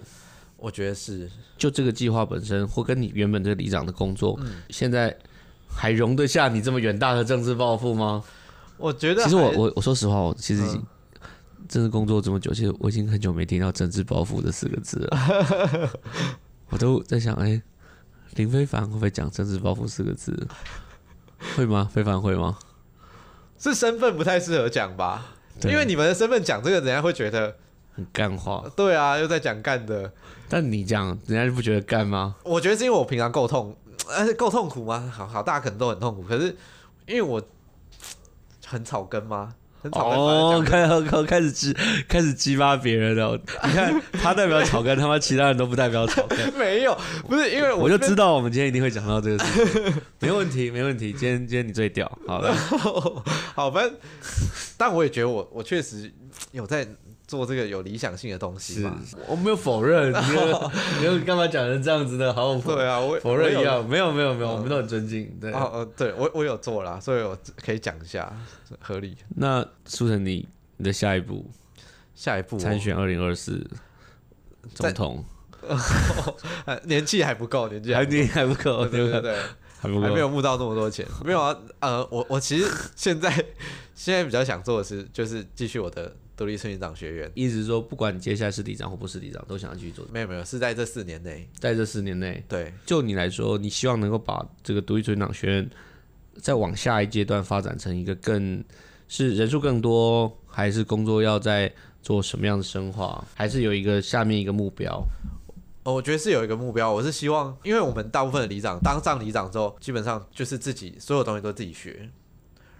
S2: 我觉得是，
S1: 就这个计划本身，或跟你原本这个里长的工作，现在还容得下你这么远大的政治抱负吗？
S2: 我觉得
S1: 其实我
S2: 还
S1: 我我说实话，我其实已经、政治工作这么久，其实我已经很久没听到“政治抱负”这四个字了。我都在想，哎、林非凡会不会讲“政治抱负”四个字？会吗？非凡会吗？
S2: 是身份不太适合讲吧，
S1: 对
S2: 因为你们的身份讲这个，人家会觉得
S1: 很干话，
S2: 对啊，又在讲干的。
S1: 但你讲，人家就不觉得干吗？
S2: 我觉得是因为我平常够痛，呃，够痛苦吗？好好，大家可能都很痛苦，可是因为我很草根吗？很草根吗？
S1: 哦，开 <laughs> 开开始激开始激发别人了。你看，他代表草根，他妈其他人都不代表草根。
S2: <laughs> 没有，不是因为
S1: 我
S2: <laughs> 我
S1: 就知道我们今天一定会讲到这个事情， <laughs> 没问题，没问题。今天今天你最屌，好
S2: <laughs>
S1: 了，
S2: 好，反正，但我也觉得我我确实有在做这个有理想性的东西
S1: 是
S2: 嘛。，
S1: 我没有否认，你
S2: <laughs>
S1: 又你又干嘛讲成这样子呢？好
S2: 对啊，我
S1: 否认一。
S2: 我有
S1: 样，没有没有没有，我们都很尊敬。对，
S2: 哦哦，对我我有做啦，所以我可以讲一下，合理。
S1: 那苏晨，你你的下一步
S2: 下一步我
S1: 参选二零二四
S2: 在
S1: 总统，
S2: 呃年纪还不够，年纪还
S1: 还
S2: 不
S1: 你还不
S2: 够
S1: 够，
S2: 对对
S1: 还
S2: 对，
S1: 不
S2: 还没
S1: 够，
S2: 有募到那么多钱，没有啊。呃，我我其实现在 <laughs> 现在比较想做的是，就是继续我的独立村里长学院。
S1: 一直说不管你接下来是里长或不是里长，都想要继续做。
S2: 没有没有，是在这四年内，
S1: 在这四年内，
S2: 对
S1: 就你来说，你希望能够把这个独立村长学院再往下一阶段发展成一个更是人数更多，还是工作要在做什么样的深化，还是有一个下面一个目标？
S2: 哦，我觉得是有一个目标，我是希望，因为我们大部分的里长当上里长之后，基本上就是自己所有东西都自己学，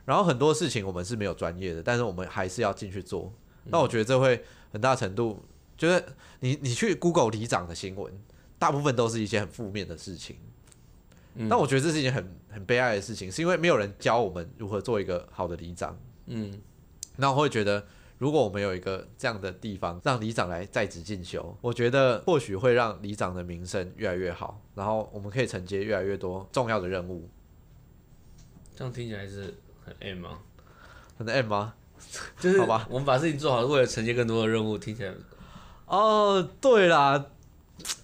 S2: 然后很多事情我们是没有专业的，但是我们还是要进去做。那我觉得这会很大程度，就是你你去 Google 里长的新闻，大部分都是一些很负面的事情。但我觉得这是一件很很悲哀的事情，是因为没有人教我们如何做一个好的里长。
S1: 嗯，
S2: 那我会觉得，如果我们有一个这样的地方，让里长来在职进修，我觉得或许会让里长的名声越来越好，然后我们可以承接越来越多重要的任务。
S1: 这样听起来是很 M 吗？
S2: 很 M 吗？
S1: 就是
S2: 好吧，
S1: 我们把事情做好，是为了承接更多的任务，听起来
S2: 哦，对啦，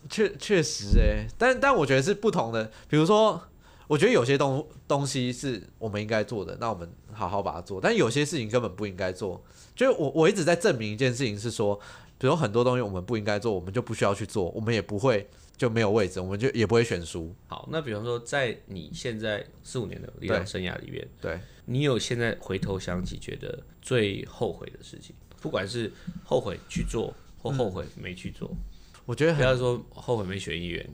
S2: 确确实哎、但但我觉得是不同的。比如说，我觉得有些东东西是我们应该做的，那我们好好把它做；但有些事情根本不应该做。就是我我一直在证明一件事情是说，比如很多东西我们不应该做，我们就不需要去做，我们也不会就没有位置，我们就也不会选书。
S1: 好。那比方说，在你现在四五年的里长生涯里面，
S2: 对，
S1: 你有现在回头想起觉得最后悔的事情，不管是后悔去做或后悔没去做，
S2: 我觉得
S1: 不
S2: 很
S1: 要说后悔没选议员，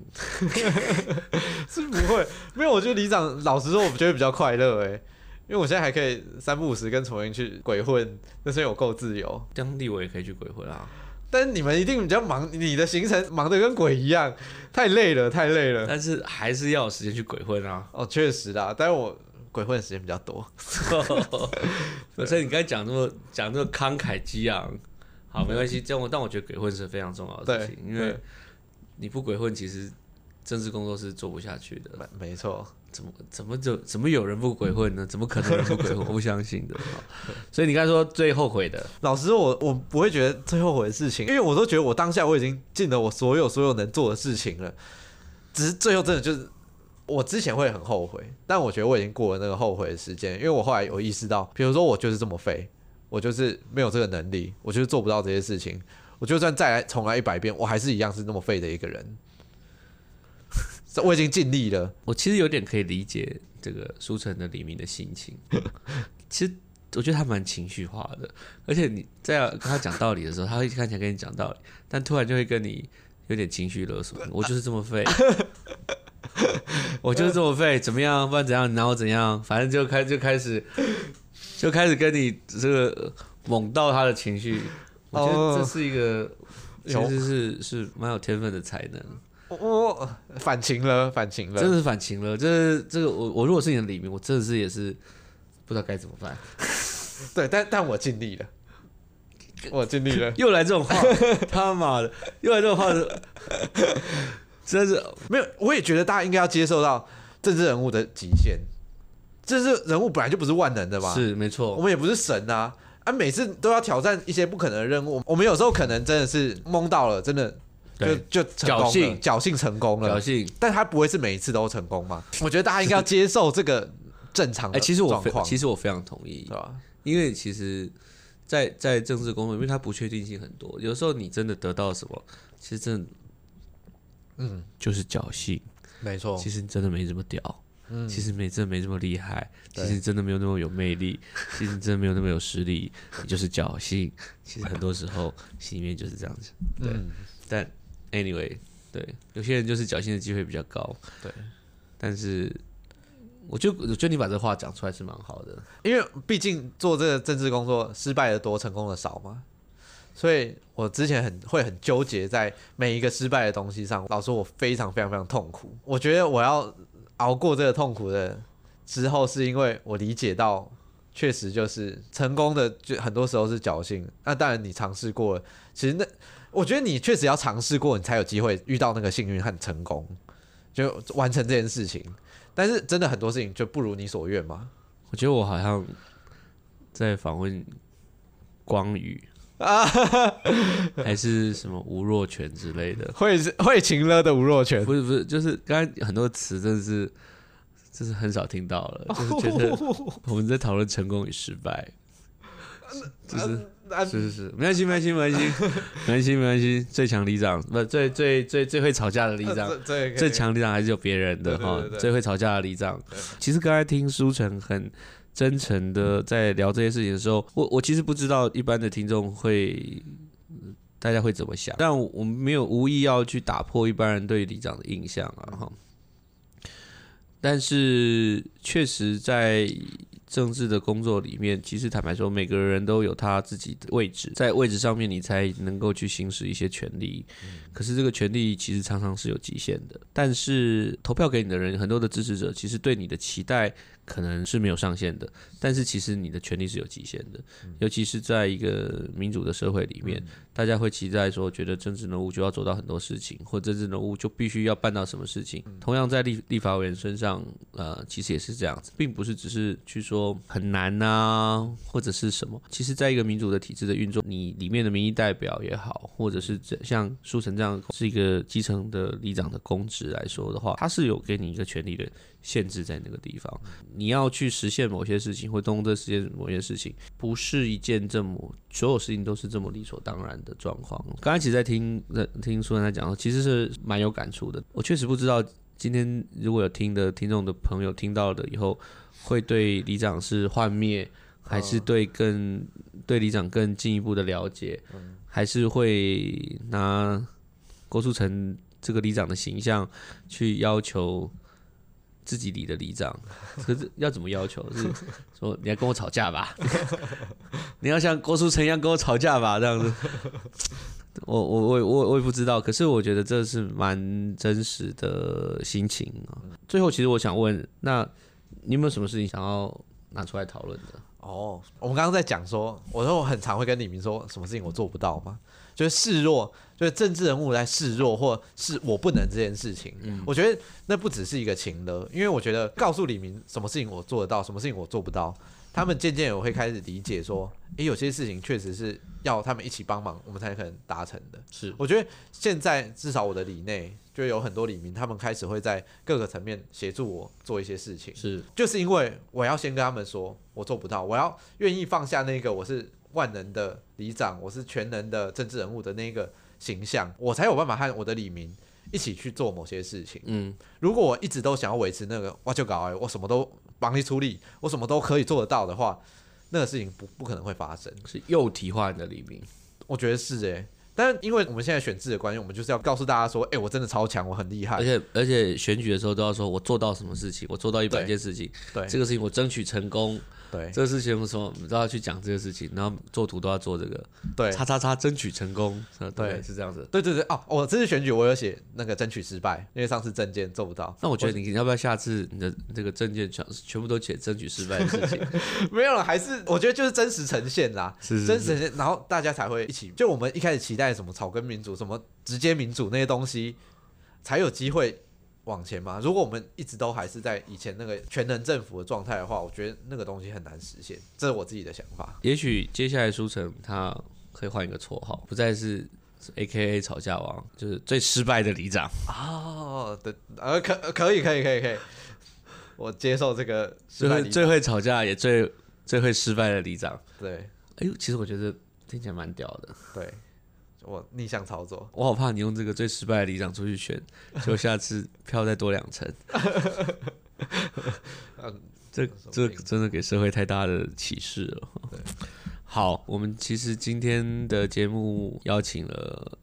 S2: <laughs> 是不会，没有。我觉得里长老实说，我觉得比较快乐哎、因为我现在还可以三不五时跟崇文去鬼混，那是因为我够自由。
S1: 当地我也可以去鬼混啊。
S2: 但是你们一定比较忙，你的行程忙得跟鬼一样，太累了，太累了。
S1: 但是还是要有时间去鬼混啊。
S2: 哦，确实啦，但是我鬼混的时间比较多。
S1: 所以你刚才讲这么讲这么慷慨激昂，好没关系，这样我但我觉得鬼混是非常重要的
S2: 嗯对
S1: 事，情，
S2: 对
S1: 因为你不鬼混，其实政治工作是做不下去的。
S2: 没没错，
S1: 怎么怎么就怎么有人不鬼混呢？怎么可能人不鬼
S2: <laughs>
S1: 混？我不相信的。所以你刚才说最后悔的，
S2: 老实说我，我不会觉得最后悔的事情，因为我都觉得我当下我已经尽了我所有所有能做的事情了，只是最后真的就是我之前会很后悔，但我觉得我已经过了那个后悔的时间，因为我后来有意识到，比如说我就是这么废，我就是没有这个能力，我就是做不到这些事情，我就算再来重来一百遍，我还是一样是那么废的一个人。我已经尽力了，
S1: 我其实有点可以理解这个舒晨的李明的心情。 <laughs> 其实我觉得他蛮情绪化的，而且你在跟他讲道理的时候，他会看起来跟你讲道理，但突然就会跟你有点情绪勒索。我就是这么废， <laughs> 我就是这么废，怎么样？不然怎样？你拿我怎样？反正就开就开始就开始跟你这个猛到他的情绪。我觉得这是一个其
S2: 有
S1: 实是是蛮有天分的才能。
S2: 我我反情了，反情了，
S1: 真的是反情了。这这个我我如果是你的李明，我真的是也是不知道该怎么办。
S2: 对，但但我尽力了，我尽力了。
S1: <laughs> 又来这 <laughs> 种话，他妈的，又来这种话，真是
S2: 没有，我也觉得大家应该要接受到政治人物的极限。政治人物本来就不是万能的嘛，
S1: 是没
S2: 我
S1: 错。
S2: 们也不是神啊，啊，每次都要挑战一些不可能的任务。我们有时候可能真的是蒙到了，真的就
S1: 对，
S2: 就成功了
S1: 侥幸
S2: 侥幸成功
S1: 侥
S2: 了。
S1: 幸。
S2: 但他不会是每一次都成功嘛？我觉得大家应该要接受这个正常
S1: 哎、
S2: 的
S1: 其实我
S2: 状
S1: 非
S2: 况，
S1: 其实我非常同意
S2: 对，吧？
S1: 因为其实在，在政治工作，因为它不确定性很多，有时候你真的得到什么，其实真的，嗯，就是侥幸。
S2: 没错，
S1: 其实你真的没这么屌，其实没真的没这么厉害，其
S2: 嗯对
S1: 实你真的没有那么有魅力，其实你真的没有那么有实力，你就是侥幸。其实很多时候心里面就是这样子，对。
S2: 嗯
S1: 但 anyway，对，有些人就是侥幸的机会比较高，
S2: 对。
S1: 但是，我就我觉得你把这话讲出来是蛮好的，
S2: 因为毕竟做这个政治工作，失败的多，成功的少嘛，所以我之前很会很纠结在每一个失败的东西上。老实说，我非常非常非常痛苦。我觉得我要熬过这个痛苦的之后，是因为我理解到，确实就是成功的，就很多时候是侥幸。那当然，你尝试过了，其实那我觉得你确实要尝试过，你才有机会遇到那个幸运和成功，就完成这件事情。但是真的很多事情就不如你所愿嘛。
S1: 我觉得我好像在访问光
S2: <laughs>
S1: 宇。啊，还是什么吴若权之类的，
S2: 会是会情勒的吴若权，
S1: 不是不是，就是刚才很多词真的是，真是很少听到了，就是觉
S2: <laughs> 哦
S1: 得我们在讨论成功与失败，就是
S2: 啊
S1: 是是是，没关系没关系没关系没关系没关系，最强里长不最最最最会吵架的里长，
S2: 呃这
S1: 最强里长还是有别人的
S2: 对对
S1: 哈
S2: 对对，
S1: 最会吵架的里长。其实刚才听舒晨很真诚的在聊这些事情的时候，我我其实不知道一般的听众会。呃大家会怎么想？但我们没有无意要去打破一般人对里长的印象
S2: 嗯
S1: 啊，哈。但是确实在政治的工作里面，其实坦白说，每个人都有他自己的位置，在位置上面你才能够去行使一些权利。可是这个权利其实常常是有极限的。但是投票给你的人，很多的支持者其实对你的期待可能是没有上限的，但是其实你的权利是有极限的，尤其是在一个民主的社会里面，大家会期待说，觉得政治人物就要做到很多事情，或政治人物就必须要办到什么事情。同样在立立法委员身上，呃，其实也是这样子，并不是只是去说很难啊，或者是什么。其实，在一个民主的体制的运作，你里面的民意代表也好，或者是这像舒晨这样是一个基层的里长的公职来说的话，他是有给你一个权利的限制在那个地方。你要去实现某些事情，或动用这实现某些事情，不是一件这么所有事情都是这么理所当然的状况。刚才其实在听在听苏珊在讲，其实是蛮有感触的。我确实不知道今天如果有听的听众的朋友听到了以后，会对里长是幻灭，还是对更对里长更进一步的了解，还是会拿郭树成这个里长的形象去要求自己里的里长，可是要怎么要求？是说你要跟我吵架吧，你要像郭书成一样跟我吵架吧，这
S2: <laughs>
S1: 样子。我我我也我我也不知道，可是我觉得这是蛮真实的心情啊。最后，其实我想问，那你有没有什么事情想要拿出来讨论的？
S2: 哦，我们刚刚在讲说，我说我很常会跟李明说，什么事情我做不到嘛，就是示弱就是政治人物来示弱或是我不能这件事情。
S1: 嗯
S2: 我觉得那不只是一个情了，因为我觉得告诉李明什么事情我做得到，什么事情我做不到，他们渐渐也会开始理解说，诶、有些事情确实是要他们一起帮忙，我们才可能达成的。
S1: 是
S2: 我觉得现在至少我的里内就有很多李明，他们开始会在各个层面协助我做一些事情。
S1: 是
S2: 就是因为我要先跟他们说，我做不到，我要愿意放下那个我是万能的里长，我是全能的政治人物的那个形象，我才有办法和我的李明一起去做某些事情。
S1: 嗯，
S2: 如果我一直都想要维持那个，我就搞哎、我什么都帮你出力，我什么都可以做得到的话，那个事情不不可能会发生。
S1: 是又体化你的黎明，
S2: 我觉得是哎、但是因为我们现在选制的关系，我们就是要告诉大家说，哎、我真的超强，我很厉害
S1: 而。且而且选举的时候都要说我做到什么事情，我做到一百
S2: 对
S1: 件事情，
S2: 对
S1: 这个事情我争取成功，
S2: 对
S1: 这个事情我什么都要去讲这个事情，然后做图都要做这个，
S2: 对
S1: 叉叉叉争取成功，呃对
S2: 对
S1: 是这样子。
S2: 对对对哦，我这次选举我有写那个争取失败，因为上次证件做不到。 <laughs>
S1: 那我觉得你要不要下次你的这个证件全全部都写争取失败的事
S2: <laughs>
S1: 情？
S2: 没有了，还是我觉得就是真实呈现啦，
S1: 是是
S2: 真实呈现，然后大家才会一起。就我们一开始期待什么草根民主、什么直接民主那些东西，才有机会往前嘛。如果我们一直都还是在以前那个全能政府的状态的话，我觉得那个东西很难实现。这是我自己的想法。
S1: 也许接下来舒城他可以换一个绰号，不再是 A K A 吵架王，就是最失败的里长。
S2: 哦，对，呃，可可以，可以，可以，可以，我接受这个失
S1: 最
S2: 败
S1: 会
S2: 理
S1: 最会吵架也最最会失败的里长。
S2: 对
S1: 哎呦，其实我觉得听起来蛮屌的。
S2: 对，我逆向操作。
S1: 我好怕你用这个最失败的里长出去选，就下次票再多两成。这这真的给社会太大的启示了。好，我们其实今天的节目邀请了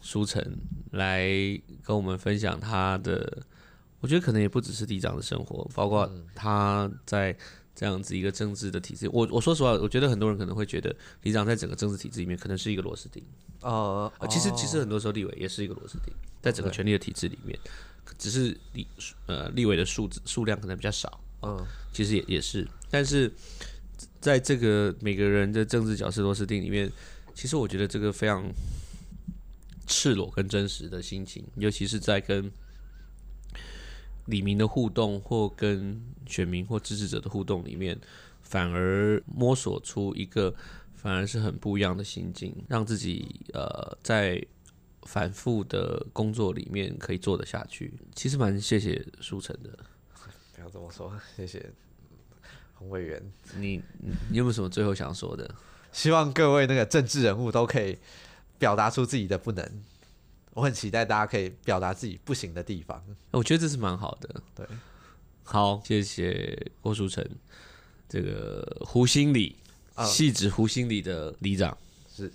S1: 舒晨来跟我们分享他的，我觉得可能也不只是里长的生活，包括他在这样子一个政治的体制。我我说实话，我觉得很多人可能会觉得里长在整个政治体制里面可能是一个螺丝钉。
S2: 呃
S1: 啊，其实其实很多时候立委也是一个螺丝钉，在整个权力的体制里面，只是立呃立委的数字数量可能比较少，
S2: 嗯，
S1: 其实也也是，但是在这个每个人的政治角色螺丝钉里面，其实我觉得这个非常赤裸跟真实的心情，尤其是在跟李明的互动或跟选民或支持者的互动里面，反而摸索出一个反而是很不一样的心境，让自己呃在反复的工作里面可以做得下去。其实蛮谢谢舒晨的，
S2: 不要这么说， <laughs> 谢谢洪委员。
S1: 你你你有没有什么最后想说的？
S2: 希望各位那个政治人物都可以表达出自己的不能。我很期待大家可以表达自己不行的地方。
S1: 我觉得这是蛮好的。
S2: 对，
S1: 好，谢谢郭书成，这个胡心里，
S2: 啊
S1: 细指胡心里的里长
S2: 是。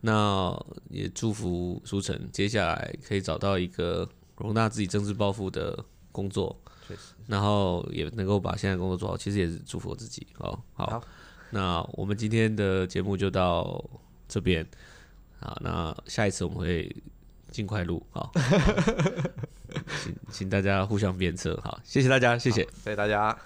S1: 那也祝福书成接下来可以找到一个容纳自己政治抱负的工作，
S2: 确实，
S1: 然后也能够把现在工作做好。其实也是祝福我自己。好，好，
S2: 好
S1: 那我们今天的节目就到这边好，那下一次我们会尽快录。
S2: <laughs>
S1: 好，好请请大家互相鞭策。好，谢谢大家，谢谢。
S2: 所以大家